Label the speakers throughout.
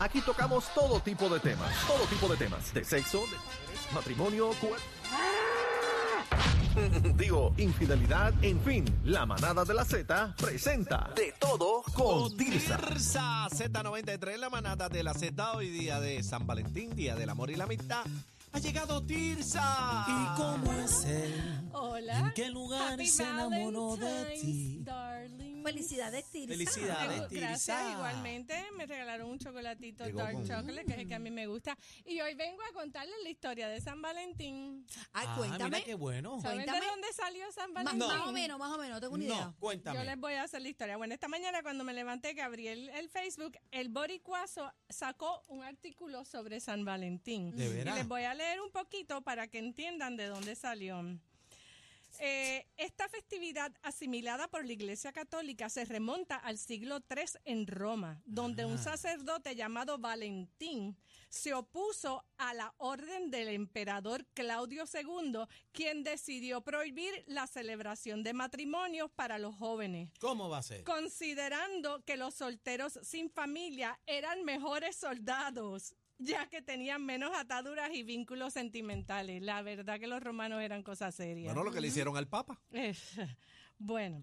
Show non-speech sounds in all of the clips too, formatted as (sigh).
Speaker 1: Aquí tocamos todo tipo de temas. Todo tipo de temas. De sexo, de mujeres, matrimonio, cuer- (laughs) Digo, infidelidad, en fin. La manada de la Z presenta De todo con Tirsa.
Speaker 2: Tirsa Z93, la manada de la Z hoy día de San Valentín, día del amor y la amistad. Ha llegado Tirsa.
Speaker 3: ¿Y cómo es él?
Speaker 4: Hola.
Speaker 3: ¿En qué lugar se enamoró de
Speaker 4: Valentine's,
Speaker 3: ti?
Speaker 4: darling.
Speaker 5: Felicidades, Tirsa.
Speaker 3: Felicidades,
Speaker 4: Tengo-
Speaker 3: Tirsa.
Speaker 4: Gracias, igualmente me regalaron un chocolatito
Speaker 2: Llegó
Speaker 4: dark
Speaker 2: con-
Speaker 4: chocolate, que es el que a mí me gusta. Y hoy vengo a contarles la historia de San Valentín.
Speaker 5: Ay,
Speaker 3: Ah,
Speaker 5: cuéntame.
Speaker 3: mira qué bueno.
Speaker 4: ¿Saben de
Speaker 5: Cuéntame.
Speaker 4: dónde salió San
Speaker 5: Ma-
Speaker 4: Valentín?
Speaker 5: Más o menos, más o menos, tengo una idea.
Speaker 3: No, cuéntame.
Speaker 4: Yo les voy a hacer la historia. Bueno, esta mañana cuando me levanté que abrí el, el Facebook, el Boricuazo sacó un artículo sobre San Valentín.
Speaker 3: ¿De
Speaker 4: Y
Speaker 3: veras?
Speaker 4: les voy a leer un poquito para que entiendan de dónde salió. Eh, esta festividad asimilada por la Iglesia Católica se remonta al siglo III en Roma, donde
Speaker 3: Ah.
Speaker 4: un sacerdote llamado Valentín se opuso a la orden del emperador Claudio II, quien decidió prohibir la celebración de matrimonios para los jóvenes
Speaker 3: ¿Cómo va a ser?
Speaker 4: considerando que los solteros sin familia eran mejores soldados, ya que tenían menos ataduras y vínculos sentimentales. La verdad que los romanos eran cosas serias.
Speaker 2: Bueno, lo que le hicieron al Papa.
Speaker 4: Eh, (laughs) bueno,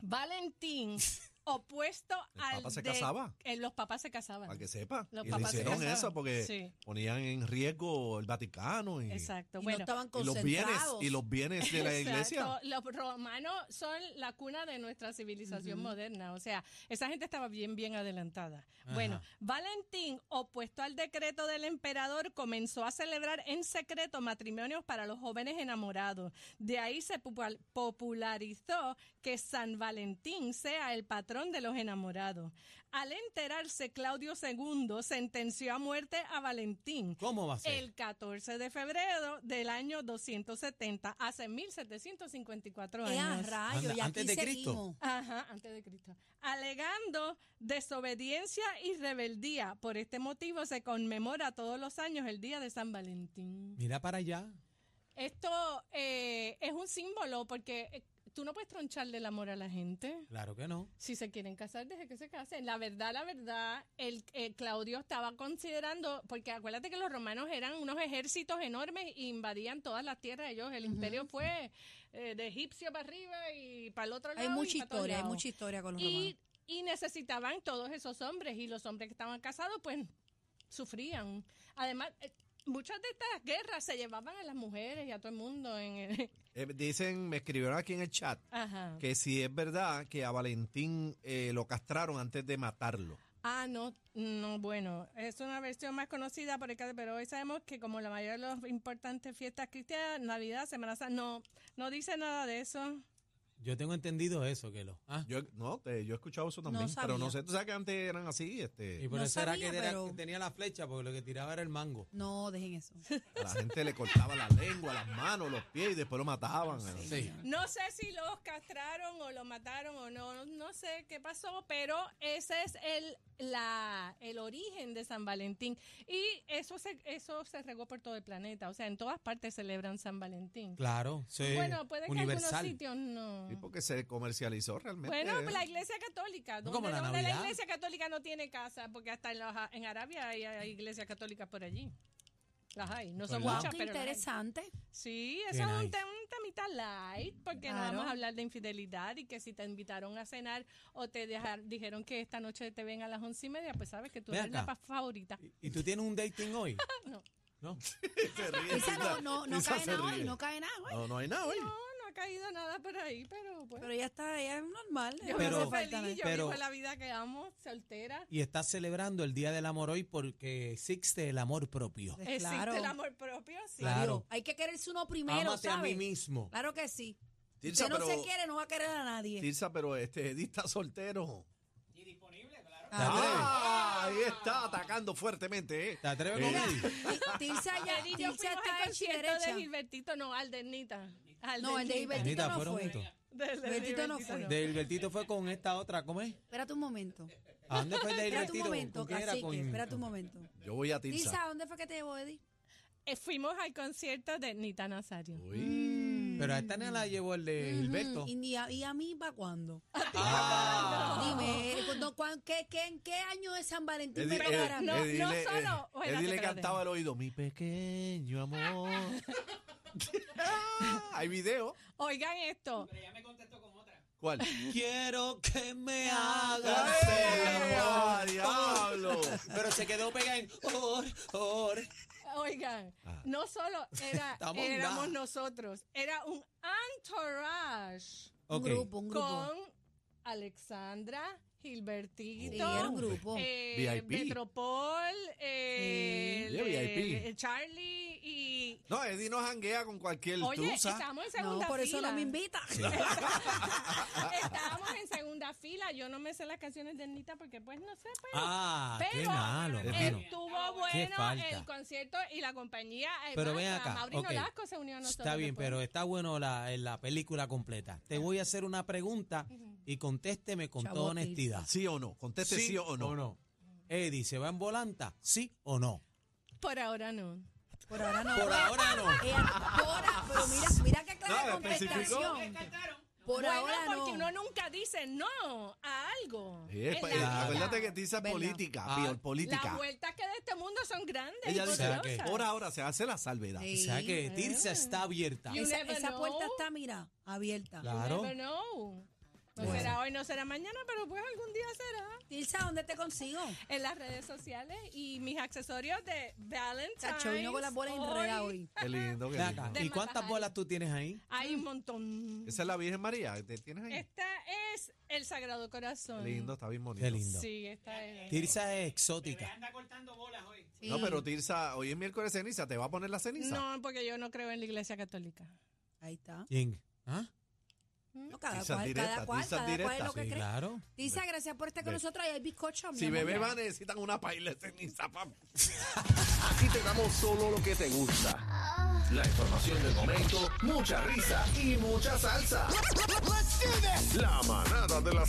Speaker 4: Valentín,
Speaker 2: (laughs)
Speaker 4: opuesto
Speaker 2: El
Speaker 4: al...
Speaker 2: Papa se
Speaker 4: de-
Speaker 2: casaba.
Speaker 4: eh, los papás se casaban.
Speaker 2: Para que sepa.
Speaker 4: Los
Speaker 2: y le
Speaker 4: papás se
Speaker 2: hicieron
Speaker 4: casaban.
Speaker 2: eso porque
Speaker 4: Sí.
Speaker 2: ponían en riesgo el Vaticano y,
Speaker 4: Exacto.
Speaker 5: Y
Speaker 4: bueno,
Speaker 5: no estaban
Speaker 2: y los bienes
Speaker 5: concentrados.
Speaker 2: y los bienes de la iglesia.
Speaker 4: (laughs) Exacto. Los romanos son la cuna de nuestra civilización moderna. O sea, esa gente estaba bien, bien adelantada. Bueno, Valentín, opuesto al decreto del emperador, comenzó a celebrar en secreto matrimonios para los jóvenes enamorados. De ahí se popul- popularizó que San Valentín sea el patrón de los enamorados. Al enterarse, Claudio II sentenció a muerte a Valentín.
Speaker 3: ¿Cómo va a ser?
Speaker 4: El 14 de febrero del año 270, hace 1754
Speaker 5: Eh, a
Speaker 4: años.
Speaker 5: rayos,
Speaker 3: Anda,
Speaker 5: y
Speaker 3: antes
Speaker 5: aquí
Speaker 3: de Cristo.
Speaker 5: seguimos.
Speaker 4: Ajá, antes de Cristo. Alegando desobediencia y rebeldía. Por este motivo se conmemora todos los años el Día de San Valentín.
Speaker 3: Mira para allá.
Speaker 4: Esto eh, es un símbolo porque eh, tú no puedes troncharle el amor a la gente.
Speaker 3: Claro que no.
Speaker 4: Si se quieren casar, desde que se casen. La verdad, la verdad, el, eh, Claudio estaba considerando, porque acuérdate que los romanos eran unos ejércitos enormes e invadían todas las tierras. Ellos, el imperio fue eh, de egipcio para arriba y para el otro lado.
Speaker 5: Hay
Speaker 4: y
Speaker 5: mucha
Speaker 4: para todos
Speaker 5: historia, hay
Speaker 4: lados.
Speaker 5: mucha historia con los romanos.
Speaker 4: Y, y necesitaban todos esos hombres y los hombres que estaban casados, pues sufrían. Además, eh, muchas de estas guerras se llevaban a las mujeres y a todo el mundo. En el-
Speaker 2: Eh, dicen, me escribieron aquí en el chat
Speaker 4: Ajá.
Speaker 2: que si es verdad que a Valentín eh, lo castraron antes de matarlo.
Speaker 4: Ah, no, no, bueno, es una versión más conocida por el caso, pero hoy sabemos que como la mayoría de las importantes fiestas cristianas, Navidad, Semana Santa, no, no dice nada de eso.
Speaker 3: Yo tengo entendido eso, que lo. Ah,
Speaker 2: Yo no, te- yo he escuchado eso también, pero
Speaker 5: sabía.
Speaker 2: no sé, tú sabes que antes eran así,
Speaker 3: y
Speaker 2: este,
Speaker 3: por
Speaker 5: No
Speaker 3: eso era
Speaker 5: sabía,
Speaker 3: que, era-
Speaker 5: pero-
Speaker 3: que tenía la flecha, porque lo que tiraba era el mango.
Speaker 5: No, dejen eso.
Speaker 2: a la gente le cortaba la lengua, las manos, los pies y después lo mataban. ¿no?
Speaker 3: Sí.
Speaker 4: No sé si los castraron o los mataron o no, no sé qué pasó, pero ese es el, la, el origen de San Valentín. Y eso se, eso se regó por todo el planeta, o sea, en todas partes celebran San Valentín.
Speaker 3: Claro. sí,
Speaker 4: Bueno, puede que en algunos
Speaker 3: universal.
Speaker 4: sitios no.
Speaker 2: Sí, porque se comercializó realmente. (laughs)
Speaker 4: Bueno, pues la iglesia católica.
Speaker 3: No,
Speaker 4: ¿Dónde,
Speaker 3: como eh, la
Speaker 4: dónde la
Speaker 3: Navidad.
Speaker 4: iglesia católica no tiene casa? Porque hasta en, los- en Arabia hay, hay iglesias católicas por allí. Las hay. No son
Speaker 3: Hola.
Speaker 5: Wow,
Speaker 4: muchas,
Speaker 5: qué
Speaker 4: pero las hay.
Speaker 5: interesante.
Speaker 4: Sí,
Speaker 3: Pues Qué
Speaker 4: eso es
Speaker 3: nice.
Speaker 4: un, tem- un temita light, porque no
Speaker 5: Claro.
Speaker 4: vamos a hablar de infidelidad y que si te invitaron a cenar o te dejar- dijeron que esta noche te ven a las once y media, pues sabes que tú
Speaker 3: Ve
Speaker 4: eres la
Speaker 3: acá.
Speaker 4: pa- favorita.
Speaker 3: ¿Y- ¿Y tú tienes un dating hoy?
Speaker 4: No.
Speaker 3: No.
Speaker 2: Se ríe,
Speaker 5: Esa no,
Speaker 2: Tita.
Speaker 5: no, no
Speaker 2: Esa
Speaker 5: cae
Speaker 2: se
Speaker 5: nada hoy,
Speaker 2: ríe.
Speaker 5: no cae nada hoy.
Speaker 2: No, no hay nada hoy.
Speaker 4: No, no ha caído nada por ahí, pero pues.
Speaker 5: Pero ella está, ella es normal.
Speaker 4: yo
Speaker 3: Pero-
Speaker 4: me
Speaker 5: no
Speaker 4: hace
Speaker 5: falta
Speaker 4: feliz, yo
Speaker 3: pero-
Speaker 4: vivo la vida que amo, soltera.
Speaker 3: Y estás celebrando el Día del Amor hoy porque existe el amor propio.
Speaker 5: nada.
Speaker 4: Existe
Speaker 5: Pues Claro.
Speaker 4: el amor propio, sí.
Speaker 3: Claro.
Speaker 5: Dios, Hay que quererse uno primero,
Speaker 3: Ámate
Speaker 5: ¿sabes?
Speaker 3: a mí mismo.
Speaker 5: Claro que sí. Si
Speaker 2: Tirsa,
Speaker 5: usted no
Speaker 2: pero,
Speaker 5: se quiere, no va a querer a nadie.
Speaker 2: Tirsa, pero este Eddie está soltero.
Speaker 3: Ah.
Speaker 2: Ah, ahí está atacando fuertemente, eh.
Speaker 3: ¿Te atreves
Speaker 2: Eh,
Speaker 3: con él?
Speaker 5: Ti- Tirsa ya,
Speaker 4: Ayer y yo
Speaker 5: Tirsa
Speaker 4: fuimos al
Speaker 5: está hecha y
Speaker 4: concierto
Speaker 5: derecha.
Speaker 4: de Gilbertito, no, al de Nita. Al
Speaker 5: No, el de
Speaker 4: Nita.
Speaker 5: Gilbertito
Speaker 3: Anita,
Speaker 5: no
Speaker 3: fueron
Speaker 5: fue.
Speaker 3: juntos.
Speaker 4: Del de
Speaker 5: Gilbertito no fue.
Speaker 3: De Hilbertito fue con esta otra, ¿cómo es?
Speaker 5: Espérate un momento.
Speaker 3: ¿A dónde fue el de
Speaker 5: Espérate un
Speaker 3: Hilbertito?
Speaker 5: momento,
Speaker 3: ¿Con quién era?
Speaker 5: cacique.
Speaker 3: Con-
Speaker 5: Espérate un momento.
Speaker 2: Yo voy a Tirsa.
Speaker 5: Tirsa, ¿dónde fue que te llevó Eddie? mm,
Speaker 4: Eh, fuimos al concierto de Nita Nazario.
Speaker 2: Uy,
Speaker 3: Pero a esta nena la llevó el de Gilberto.
Speaker 5: Ujú, Y, a, y a mí,
Speaker 3: (laughs)
Speaker 5: ¿para cuándo?
Speaker 2: Ah.
Speaker 5: Dime, eh, cuando- cuan- qué, qué- ¿en qué año es San Valentín?
Speaker 2: Eddie-
Speaker 5: me
Speaker 4: Pero
Speaker 5: tocará a mí?
Speaker 4: no,
Speaker 2: Eddie
Speaker 4: no
Speaker 2: le- eh,
Speaker 4: solo-
Speaker 2: Eddie
Speaker 4: Espérate,
Speaker 2: le
Speaker 4: espérate.
Speaker 2: cantaba al oído, mi pequeño
Speaker 5: (laughs)
Speaker 2: amor. (laughs) Ah, Hay video.
Speaker 4: Oigan esto.
Speaker 2: ¿Cuál?
Speaker 3: Quiero que me hagas
Speaker 2: ¡Ay,
Speaker 3: el
Speaker 2: ah,
Speaker 3: amor.
Speaker 2: diablo!
Speaker 3: Pero se quedó pegada en or, or.
Speaker 4: Oigan, no solo era,
Speaker 3: Estamos
Speaker 4: éramos
Speaker 3: nada.
Speaker 4: nosotros, era un entourage
Speaker 5: Un
Speaker 3: Ok.
Speaker 5: grupo, un grupo.
Speaker 4: con Alexandra, Gilbertito,
Speaker 5: Sí, era un grupo.
Speaker 4: eh,
Speaker 2: VIP.
Speaker 4: Metropol, eh,
Speaker 2: Sí. Yeah,
Speaker 4: eh,
Speaker 2: VIP.
Speaker 4: Charlie y...
Speaker 2: No, Eddie no janguea con cualquier
Speaker 4: Oye,
Speaker 2: tusa.
Speaker 4: estábamos en
Speaker 5: No,
Speaker 4: segunda
Speaker 5: por eso
Speaker 4: fila.
Speaker 5: no me invita.
Speaker 4: Estábamos en segunda fila. Yo no me sé las canciones de Nita porque pues no sé, pero...
Speaker 3: Ah, qué
Speaker 4: Pero eh,
Speaker 3: malo, mano.
Speaker 4: Estuvo
Speaker 3: Qué
Speaker 4: bueno
Speaker 3: falta.
Speaker 4: el concierto y la compañía. eh,
Speaker 3: Pero
Speaker 4: además,
Speaker 3: ven
Speaker 4: a
Speaker 3: acá,
Speaker 4: Mauri
Speaker 3: ok.
Speaker 4: Nolasco se unió a nosotros.
Speaker 3: Está bien,
Speaker 4: después.
Speaker 3: pero está bueno la, en la película completa. Te voy a hacer una pregunta y contésteme con toda
Speaker 5: Chabotis.
Speaker 3: honestidad.
Speaker 2: ¿Sí o no? Conteste sí, o no.
Speaker 3: Eddie, ¿se va en volanta? ¿Sí o no?
Speaker 4: Por ahora no.
Speaker 5: Por ahora no.
Speaker 3: Por ahora no.
Speaker 5: Eh, por a- pero mira, mira qué clara
Speaker 2: No, especificó.
Speaker 5: contestación. Por
Speaker 4: bueno,
Speaker 5: ahora
Speaker 4: porque
Speaker 5: no.
Speaker 4: uno nunca dice no a algo.
Speaker 2: Sí, es
Speaker 4: En
Speaker 2: pa-
Speaker 4: la
Speaker 2: eh,
Speaker 4: vida.
Speaker 2: Acuérdate que Tiza es
Speaker 5: ¿Verdad?
Speaker 2: política,
Speaker 3: Ah.
Speaker 2: peor
Speaker 4: Las
Speaker 2: política.
Speaker 4: vueltas que de este mundo son grandes.
Speaker 2: Ella
Speaker 4: y
Speaker 2: dice,
Speaker 3: ¿Verdad
Speaker 4: poderosas.
Speaker 3: que?
Speaker 2: ahora, ahora se hace la salvedad.
Speaker 5: Sí.
Speaker 3: O sea que
Speaker 4: Sí.
Speaker 3: Tirsa está abierta.
Speaker 4: You
Speaker 5: Esa,
Speaker 4: never
Speaker 5: esa
Speaker 4: know.
Speaker 5: puerta está, mira, abierta.
Speaker 4: You
Speaker 3: Claro.
Speaker 4: never know. No
Speaker 3: Bueno.
Speaker 4: será hoy, no será mañana, pero pues algún día será.
Speaker 5: Tilsa, ¿dónde te consigo?
Speaker 4: En las redes sociales y mis accesorios de
Speaker 5: Chacho,
Speaker 4: Valentine's.
Speaker 5: vino con las bolas enredadas hoy.
Speaker 2: Qué lindo, qué
Speaker 3: Ven acá,
Speaker 2: lindo.
Speaker 3: ¿Y cuántas bolas tú tienes ahí?
Speaker 4: Hay un montón.
Speaker 2: Esa es la Virgen María. ¿Te tienes ahí?
Speaker 4: Esta es el Sagrado
Speaker 2: Qué
Speaker 4: Corazón.
Speaker 2: lindo, está bien bonito.
Speaker 3: Qué lindo.
Speaker 4: Sí, esta es.
Speaker 3: Tirsa es exótica.
Speaker 2: No,
Speaker 5: Sí.
Speaker 2: pero Tirsa, hoy es miércoles de ceniza, ¿te va a poner la ceniza?
Speaker 4: No, porque yo no creo en la Iglesia Católica.
Speaker 5: Ahí está.
Speaker 3: ¿Quién? ¿Ah?
Speaker 5: No, cada
Speaker 2: Tilsa es
Speaker 5: cual,
Speaker 2: directa,
Speaker 5: cada cual,
Speaker 2: Tilsa es
Speaker 5: cada cual es
Speaker 2: directa.
Speaker 5: lo que
Speaker 3: Sí,
Speaker 5: cree.
Speaker 3: claro.
Speaker 5: Tilsa, gracias por estar con
Speaker 2: Ve.
Speaker 5: nosotros. Ahí hay bizcocho, mi
Speaker 2: Si
Speaker 5: amor.
Speaker 2: bebé va, necesitan una paila de ceniza, papi.
Speaker 1: Aquí te damos solo lo que te gusta. La información del momento, mucha risa y mucha salsa. La manada de la Z.